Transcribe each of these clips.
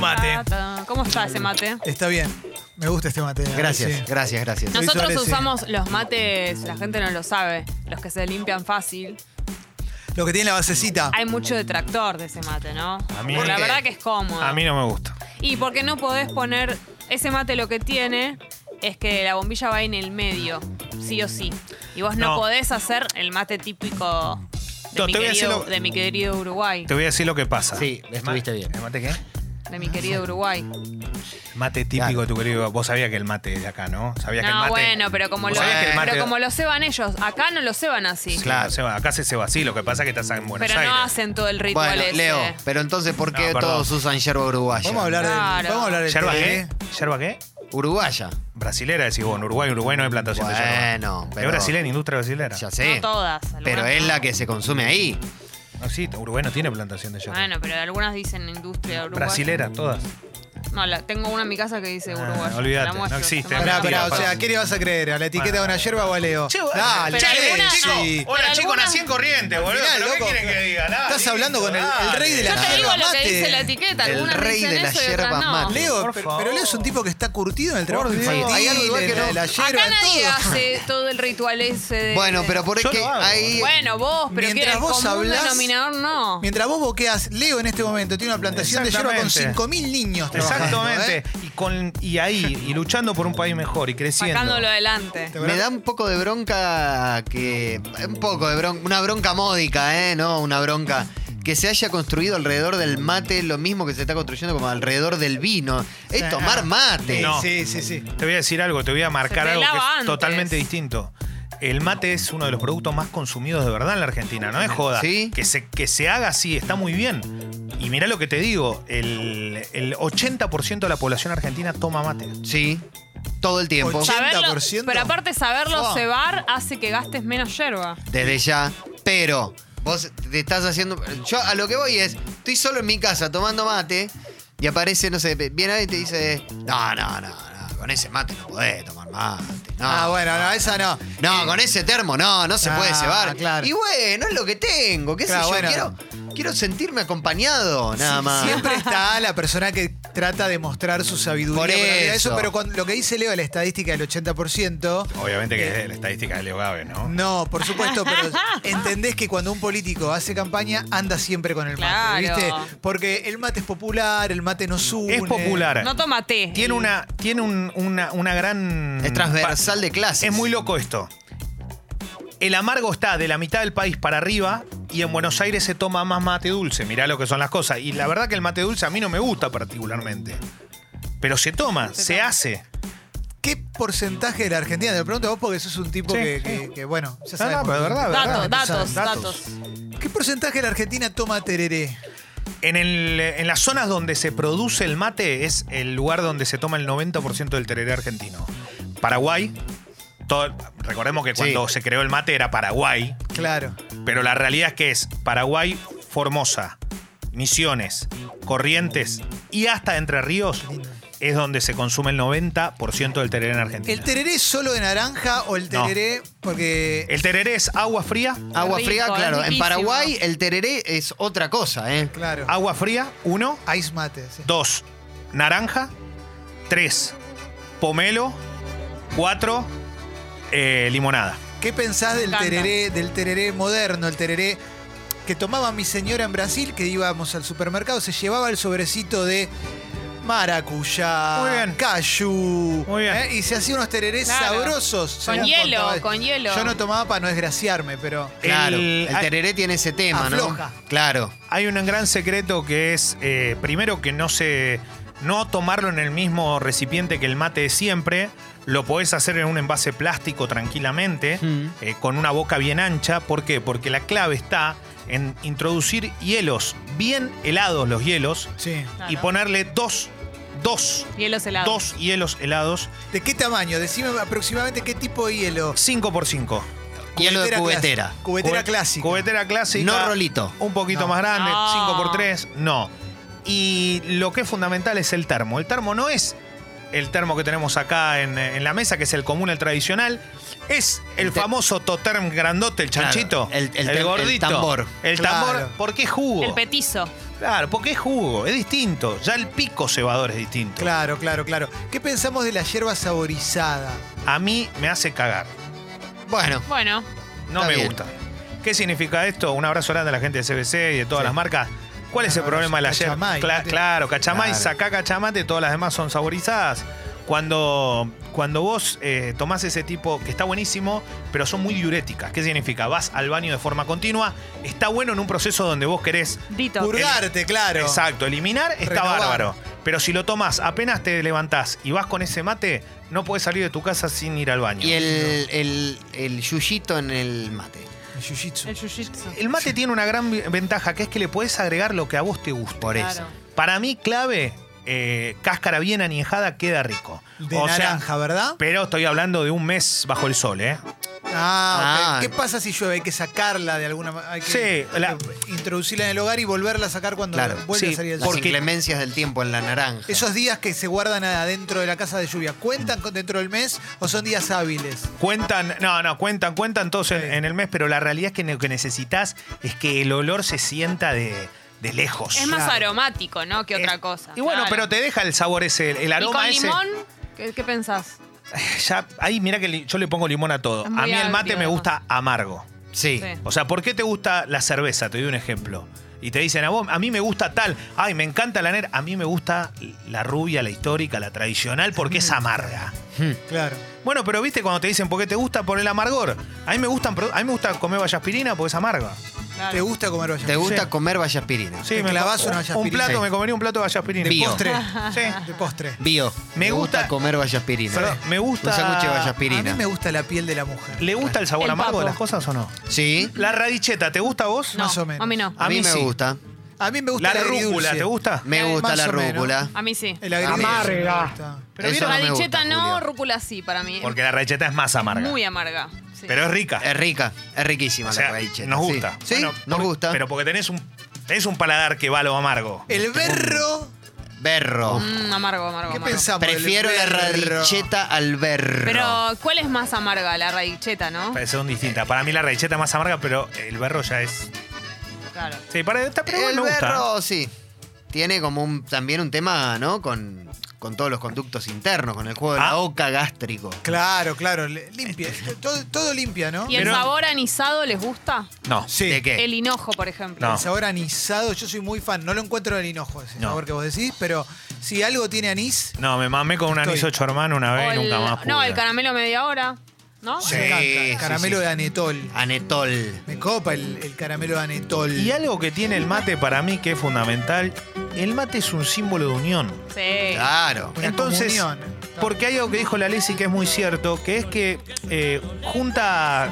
mate. ¿Cómo está ese mate? Está bien. Me gusta este mate. Gracias, Sí. gracias, gracias. No. Nosotros Suárez, sí. usamos los mates, la gente no lo sabe, los que se limpian fácil. Lo que tiene la basecita. Hay mucho detractor de ese mate, ¿no? A mí- Por la ¿Por qué? verdad que es cómodo. A mí no me gusta. Y porque no podés poner ese mate lo que tiene es que la bombilla va en el medio, sí o sí. Y vos no, No. podés hacer el mate típico de, No, mi, te voy a querido, decir lo- de mi querido Uruguay. Te voy a decir lo que pasa. Sí, estuviste Ma- bien. ¿El mate qué? De mi querido Uruguay. Mate típico Claro. de tu querido. Vos sabías que el mate es de acá, ¿no? Sabías que el No, mate. bueno, pero como, Vos lo, sabías que el mate- pero como lo ceban ellos, acá no lo ceban así. Sí, no se va. Acá se ceba así, lo que pasa es que estás en Buenos pero Aires. no hacen todo el ritual Bueno, ese. Leo, pero entonces, ¿por qué No, perdón. todos usan yerba uruguaya? Vamos a hablar Claro. de. Vamos a hablar ¿eh? de. ¿Yerba ¿eh? qué? ¿Yerba qué? Uruguaya. Brasilera decís vos, en Uruguay, Uruguay no hay plantación de yerba. Bueno, pero- Es brasilera, industria brasilera. Ya sé. No todas, algunas Pero es no. la que se consume ahí. No, sí, Uruguay no tiene plantación de yerba. Bueno, pero algunas dicen industria uruguaya. Brasilera, todas. No, la- tengo una en mi casa que dice Ah, Uruguay. olvídate, no existe. Pará, pará, o Mentira, sea, ¿qué le vas a creer? ¿A la etiqueta de una yerba o a Leo? pero Dale, che, algunas- chico. sí. Hola, Pero chico, algunas- nací en corriente, boludo. Mirá, ¿Pero loco, ¿Qué quieren que diga? Nada, estás hablando con el- el dale. rey de la- Yo te digo Yerba lo mate. que dice la etiqueta. El Algunas rey dicen de la eso y yerba otras no. mate. Leo, Por pero, favor. pero Leo es un tipo que está curtido en el trabajo Por infantil, Dios. Hay algo igual en que la- no- en la yerba, Acá en nadie todo. hace todo el ritual ese de... Bueno, pero por Yo que lo hago. ahí. Bueno, vos, pero Mientras que el vos común hablás- denominador no. Mientras vos boqueas, Leo en este momento tiene una plantación de yerba con Exactamente. 5.000 niños trabajando. Exactamente. ¿eh? Y, con, y ahí, y luchando por un país mejor y creciendo. Sacándolo adelante. Me da un poco de bronca que. Un poco de bronca. Una bronca módica, ¿eh? No, una bronca. Que se haya construido alrededor del mate lo mismo que se está construyendo como alrededor del vino. Es tomar mate. No. Sí, sí, sí. Te voy a decir algo, te voy a marcar Se algo que es pelaba antes. totalmente distinto. El mate es uno de los productos más consumidos de verdad en la Argentina, no es joda. Sí. Que, se, que se haga así, está muy bien. Y mirá lo que te digo, el, el 80% de la población argentina toma mate. Sí. Todo el tiempo. Ocho- Saberlo, 80%. pero aparte saberlo Fua. cebar hace que gastes menos yerba. Desde ya. Pero. Vos te estás haciendo. Yo a lo que voy es. Estoy solo en mi casa tomando mate. Y aparece, no sé, viene alguien y te dice. No, no, no, no. Con ese mate no podés tomar mate. No. Ah, bueno, no, esa no. No, con ese termo no, no se Ah, puede cebar. claro. Y bueno, es lo que tengo, qué Claro, sé yo, bueno. quiero, quiero sentirme acompañado, nada más. Siempre está la persona que trata de mostrar su sabiduría. Por con realidad de eso. pero con lo que dice Leo, la estadística del 80%, Obviamente que es la estadística de Leo Gabe, ¿no? no, por supuesto, pero entendés que cuando un político hace campaña, anda siempre con el mate, Claro. ¿viste? Porque el mate es popular, el mate nos une. Es popular. No toma té. Eh. Tiene una, tiene un- una, una gran. Es transversal de clases. Es muy loco esto. El amargo está de la mitad del país para arriba y en Buenos Aires se toma más mate dulce. Mirá lo que son las cosas. Y la verdad que el mate dulce a mí no me gusta particularmente. Pero se toma, se, toma. hace. ¿Qué porcentaje de la Argentina? Te lo pregunto a vos porque sos un tipo Sí, que, sí. que- que, bueno, ya No, sabemos. no, pero es verdad, Datos, verdad, datos, datos. datos. ¿Qué porcentaje de la Argentina toma tereré? En, el- en las zonas donde se produce el mate es el lugar donde se toma el 90% del tereré argentino. Paraguay, todo- recordemos que cuando se creó el mate era Paraguay. Claro. Pero la realidad es que es Paraguay, Formosa, Misiones, Corrientes y hasta Entre Ríos es donde se consume el 90% del tereré en Argentina. ¿El tereré es solo de naranja o el No. tereré? Porque. El tereré es agua fría, Agua Rico, fría, es claro. En riquísimo. Paraguay el tereré es otra cosa, ¿eh? Claro. agua fría, uno, Ice mate. sí. dos, naranja, tres, pomelo, cuatro, eh, limonada. ¿Qué pensás del encanta. tereré, del tereré moderno, el tereré que tomaba mi señora en Brasil, que íbamos al supermercado, se llevaba el sobrecito de maracuyá, Muy bien. cayú, ¿eh? Muy bien. y se hacía unos tererés Claro. sabrosos. Con según hielo, contaba. con hielo. Yo no tomaba para no desgraciarme, pero... Claro. El- El, tereré tiene ese tema, Afloja. ¿no? Claro. Hay un gran secreto que es, eh, primero, que no se. No tomarlo en el mismo recipiente que el mate de siempre. Lo podés hacer en un envase plástico tranquilamente, Mm. eh, con una boca bien ancha. ¿Por qué? Porque la clave está en introducir hielos, bien helados los hielos, Sí. y ponerle dos, dos, Hielos helados. dos hielos helados, ¿De qué tamaño? Decime aproximadamente qué tipo de hielo. 5 por 5 Hielo de cubetera. clas- Cubetera Cube- clásica. Cubetera clásica. No rolito. Un poquito No. más grande, No. 5x3, no. Y lo que es fundamental es el termo. El termo no es el termo que tenemos acá en, en la mesa, que es el común, el tradicional. Es el te- famoso toterm grandote, el Claro, chanchito. el- el tem- el gordito. tambor. El Claro. tambor, porque es jugo. El petizo. Claro, porque es jugo, es distinto. Ya el pico cebador es distinto. Claro, claro, claro. ¿Qué pensamos de la hierba saborizada? A mí me hace cagar. Bueno, Bueno, No Está me bien. gusta. ¿Qué significa esto? Un abrazo grande a la gente de CBC y de todas Sí. las marcas. ¿Cuál es Un el problema de la abrazo, yerba? cachamay, Cla- ¿viste? claro, cachamay, Claro. sacá cachamate, todas las demás son saborizadas. Cuando, cuando vos eh, tomás ese tipo, que está buenísimo, pero son muy diuréticas. ¿Qué significa? Vas al baño de forma continua. Está bueno en un proceso donde vos querés Dito. Purgarte, claro. Exacto, eliminar está Renovar. bárbaro. Pero si lo tomás, apenas te levantás y vas con ese mate, no puedes salir de tu casa sin ir al baño. y el, el, el yuyito en el mate. El jiu-jitsu. El jiu-jitsu. El mate tiene una gran vi- ventaja, que es que le puedes agregar lo que a vos te guste. Por Claro. eso. Para mí, clave, eh, cáscara bien añejada queda rico. De O sea, naranja, ¿verdad? pero estoy hablando de un mes bajo el sol, ¿eh? Ah, ok. Ah. ¿Qué pasa si llueve? Hay que sacarla de alguna manera. Sí, la- introducirla en el hogar y volverla a sacar cuando Claro, vuelve sí, a salir el Las sol. porque- inclemencias del tiempo en la naranja. Esos días que se guardan adentro de la casa de lluvia, ¿cuentan con- dentro del mes o son días hábiles? Cuentan, no, no, cuentan, cuentan todos en, en el mes, pero la realidad es que lo que necesitas es que el olor se sienta de, de lejos. Es más Claro. aromático, ¿no? Que otra cosa. Y bueno, Claro. pero te deja el sabor ese, el, el ¿Y aroma con ese. limón? ¿Qué, qué pensás? Ya, ahí, mira que li- yo le pongo limón a todo. Es A muy mí el mate amplio, me además. gusta amargo. Sí. Sí. O sea, ¿por qué te gusta la cerveza? Te doy un ejemplo. Y te dicen, a vos, a mí me gusta tal, ay, me encanta la negra, a mí me gusta la rubia, la histórica, la tradicional, porque es amarga. Claro. Bueno, pero viste cuando te dicen, ¿por qué te gusta? Por el amargor. A mí me, gustan, pro- a mí me gusta comer vallaspirina porque es amarga. Claro. ¿Te gusta comer bayas? ¿Te gusta comer vallaspirina? Te me clavás una Un vallaspirina. plato, Sí. me comería un plato de vallaspirina. De Bio. postre. Sí. De postre. Bio. Me gusta- comer vallaspirina. Perdón, me gusta- Un sándwich de A mí vallaspirina. me gusta la piel de la mujer. ¿Le gusta el sabor El amargo de papo. las cosas o no? Sí. La radicheta, ¿te gusta a vos? No, más o menos. A mí no. Ah, A, A mí, mí me sí. gusta. A mí me gusta La el rúcula, agridulce. ¿te gusta? Me Eh, gusta más la o menos. rúcula. A mí sí. El agridulce. Amarga. me gusta. Ah, Pero Eso vieron- no me Radicheta gusta, no, Julio. rúcula sí para mí. Porque la radicheta es más amarga. Muy amarga. sí. Pero es rica. Es rica. Es riquísima O sea, la radicheta. nos sí. gusta. Sí, Bueno, nos por- gusta. Eh. Pero porque tenés un, tenés un paladar que va a lo amargo. El berro. Berro. Mm, amargo, amargo, ¿Qué amargo. pensamos? del Prefiero la berro? radicheta al berro. Pero, ¿cuál es más amarga? La radicheta, ¿no? Pero Son distintas. Para mí la radicheta es más amarga, pero el berro ya es. Claro. Sí, para esta Eh, pero el me gusta. berro, sí. Tiene como un, también un tema, ¿no? Con, con todos los conductos internos, con el juego de Ah. la boca gástrico. Claro, claro. le- Limpia. Todo, todo limpia, ¿no? ¿Y el Pero- sabor anisado les gusta? No. Sí. ¿De qué? El hinojo, por ejemplo. Ah. No. El sabor anisado, yo soy muy fan. No lo encuentro en el hinojo, ese No. sabor que vos decís, pero si algo tiene anís, No, me mamé con un Estoy- anís ocho hermano una O vez y el- nunca más. Pude. no, el caramelo media hora. ¿No? Sí, me encanta. sí, El caramelo sí. de anetol. Anetol. Me copa el, el caramelo de anetol. Y algo que tiene el mate para mí que es fundamental: el mate es un símbolo de unión. Sí. Claro. Una Entonces, comunión. porque hay algo que dijo la Lesi que es muy cierto, que es que eh, junta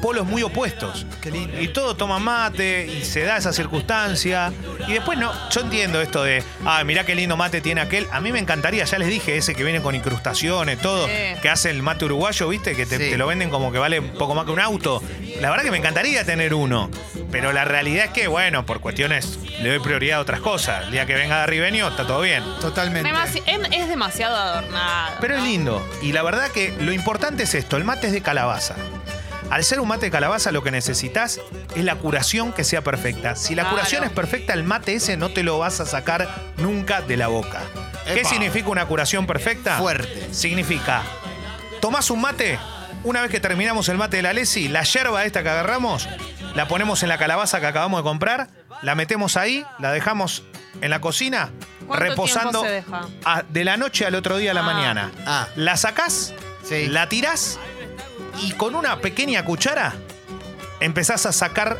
polos muy opuestos. Qué lindo. Y todo toma mate y se da esa circunstancia. Y después no, yo entiendo esto de, ah, mirá qué lindo mate tiene aquel. A mí me encantaría, ya les dije, ese que viene con incrustaciones, todo, Sí. que hace el mate uruguayo, ¿viste? Que te, Sí. te lo venden como que vale un poco más que un auto. La verdad que me encantaría tener uno. Pero la realidad es que, bueno, por cuestiones le doy prioridad a otras cosas. El día que venga de Ribeño está todo bien. Totalmente. Demasi- es, es demasiado adornado. Pero es lindo. Y la verdad que lo importante es esto: el mate es de calabaza. Al ser un mate de calabaza, lo que necesitas es la curación que sea perfecta. Si la Claro. curación es perfecta, el mate ese no te lo vas a sacar nunca de la boca. ¿Qué Epa. significa una curación perfecta? Fuerte. Significa: tomás un mate, una vez que terminamos el mate de la Lesi, la yerba esta que agarramos, la ponemos en la calabaza que acabamos de comprar, la metemos ahí, la dejamos en la cocina, ¿Cuánto reposando tiempo se deja? a- de la noche al otro día a la Ah. mañana. Ah. La sacás, Sí. la tirás y con una pequeña cuchara empezás a sacar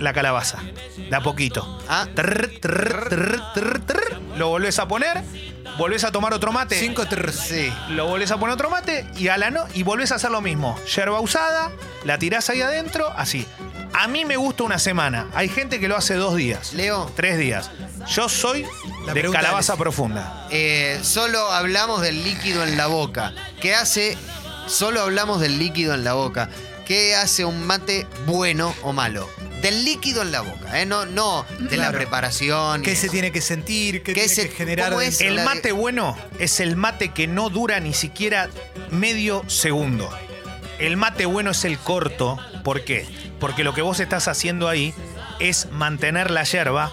la calabaza. De a poquito. Ah. Trrr, trrr, trrr, trrr, trrr. Lo volvés a poner, volvés a tomar otro mate. Cinco tercios. Sí. Lo volvés a poner otro mate y a la no y volvés a hacer lo mismo. Yerba usada, la tirás ahí adentro, así. A mí me gusta una semana. Hay gente que lo hace dos días. Leo. Tres días. Yo soy La de pregunta calabaza es- profunda. Eh, solo hablamos del líquido en la boca. ¿Qué hace? Solo hablamos del líquido en la boca. ¿Qué hace un mate bueno o malo? Del líquido en la boca, ¿eh? No, no de la Claro. preparación. y ¿Qué se eso. tiene que sentir? ¿Qué, ¿Qué tiene se- que generar? cómo dentro? es? El la- mate bueno es el mate que no dura ni siquiera medio segundo. El mate bueno es el corto. ¿Por qué? Porque lo que vos estás haciendo ahí es mantener la yerba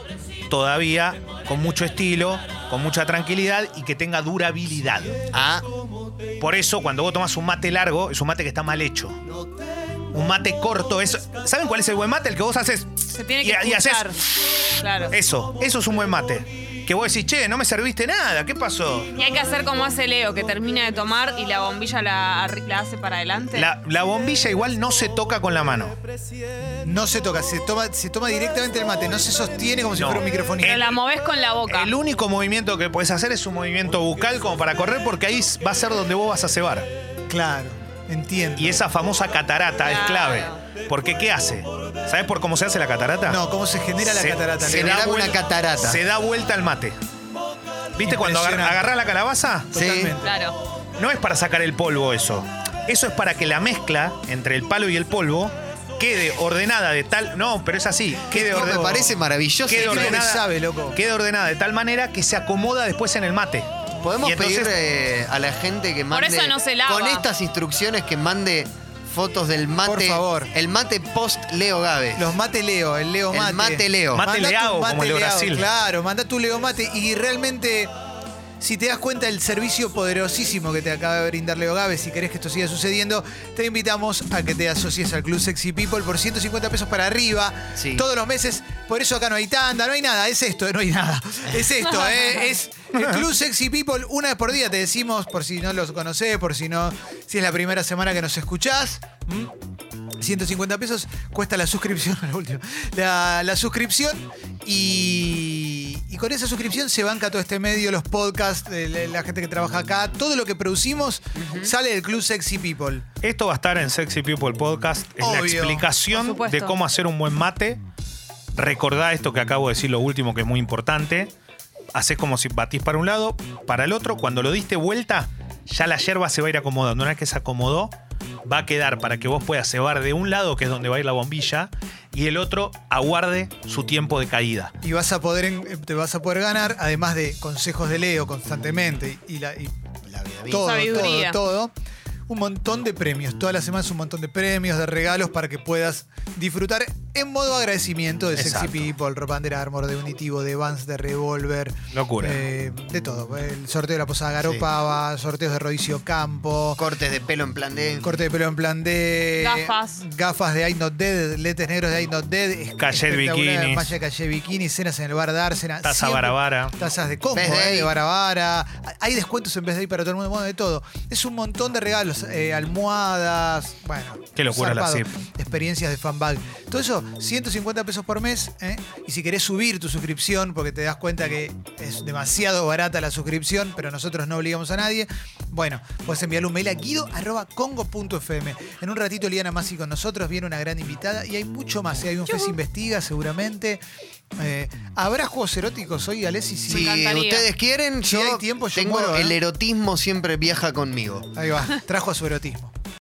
todavía con mucho estilo, con mucha tranquilidad y que tenga durabilidad. Ah, Por eso, cuando vos tomás un mate largo, es un mate que está mal hecho. Un mate corto es. ¿Saben cuál es el buen mate? El que vos haces. Se tiene que y- y haces escuchar. claro. Eso, eso es un buen mate. Que vos decís, che, no me serviste nada, ¿qué pasó? Y hay que hacer como hace Leo, que termina de tomar y la bombilla la, arri- la hace para adelante. La, la bombilla igual no se toca con la mano. No se toca, se toma, se toma directamente el mate, no se sostiene como si No. fuera un microfonía. Pero la moves con la boca. El único movimiento que puedes hacer es un movimiento bucal como para correr, porque ahí va a ser donde vos vas a cebar. Claro, entiendo. Y esa famosa catarata es clave. Claro. Porque ¿qué hace? ¿Sabes por cómo se hace la catarata? No, ¿cómo se genera la Se- catarata? se Leo? da da una vuel- catarata. Se da vuelta al mate. ¿Viste cuando agar- Impresionante. agarrás la calabaza? Sí. Totalmente. Claro. No es para sacar el polvo eso. Eso es para que la mezcla entre el palo y el polvo quede ordenada de tal. No, pero es así. Quede no, me orde- parece maravilloso. Quede tipo que ordenada, sabe, loco. quede ordenada de tal manera que se acomoda después en el mate. Podemos Y entonces- pedir eh, a la gente que mande. eso no se lava. Con estas instrucciones que mande fotos del mate. Por favor. El mate post Leo Gabe. Los mate Leo, el Leo El mate. mate Leo. Mate Mandá tu Leao, como el de Leao, Brasil. Claro, manda tu Leo mate. Y realmente, si te das cuenta del servicio poderosísimo que te acaba de brindar Leo Gávez, si querés que esto siga sucediendo, te invitamos a que te asocies al Club Sexy People por 150 pesos para arriba Sí. todos los meses. Por eso acá no hay tanda, no hay nada. Es esto, no hay nada. Es esto, ¿eh? Es el Club Sexy People una vez por día. Te decimos, por si no los conocés, por si no, si es la primera semana que nos escuchás. ¿m? 150 pesos cuesta la suscripción, la última. La, la suscripción y, y con esa suscripción se banca todo este medio, los podcasts, eh, la, la gente que trabaja acá, todo lo que producimos sale del Club Sexy People. Esto va a estar en Sexy People Podcast. Es la Obvio. Por explicación supuesto. de cómo hacer un buen mate. Recordá esto que acabo de decir, lo último que es muy importante. Haces como si batís para un lado, para el otro. Cuando lo diste vuelta, ya la yerba se va a ir acomodando. Una vez que se acomodó, va a quedar para que vos puedas cebar de un lado, que es donde va a ir la bombilla, y el otro aguarde su tiempo de caída. Y vas a poder en- te vas a poder ganar, además de consejos de Leo constantemente y, y la, y todo, Sabiduría. todo, todo. Un montón de premios. Todas las semanas un montón de premios, de regalos para que puedas disfrutar en modo agradecimiento de Exacto. Sexy People, Rock Bandera Armor, de Unitivo, de Vans, de Revolver. Locura. eh, de todo. El sorteo de la Posada Garopava, sorteos de Rodicio Campo. Cortes de pelo en plan de. Corte de pelo en plan de... Gafas. Gafas de I Not Dead, letes negros de I Not Dead. es- Calle de espectacular, bikinis. Malla calle bikini, cenas en el bar Dársena. Taza siempre- barabara. Tazas de combo, Best eh, Day. de barabara. Hay descuentos en vez de ir para todo el mundo, bueno, de todo. Es un montón de regalos, eh, almohadas, bueno. Qué locura la zarpado. CIP. Experiencias de fanbag. Todo eso, 150 pesos por mes. eh. Y si querés subir tu suscripción, porque te das cuenta que es demasiado barata la suscripción, pero nosotros no obligamos a nadie, bueno, puedes enviarle un mail a guido.congo.fm. En un ratito Liana Masi con nosotros, viene una gran invitada y hay mucho más. eh. Hay un FES Investiga seguramente. Eh, ¿Habrá juegos eróticos hoy, Alessi? Sí. Si encantaría. ustedes quieren, Si yo, hay tiempo, yo tengo muero, ¿eh? el erotismo siempre viaja conmigo. Ahí va, trajo a su erotismo.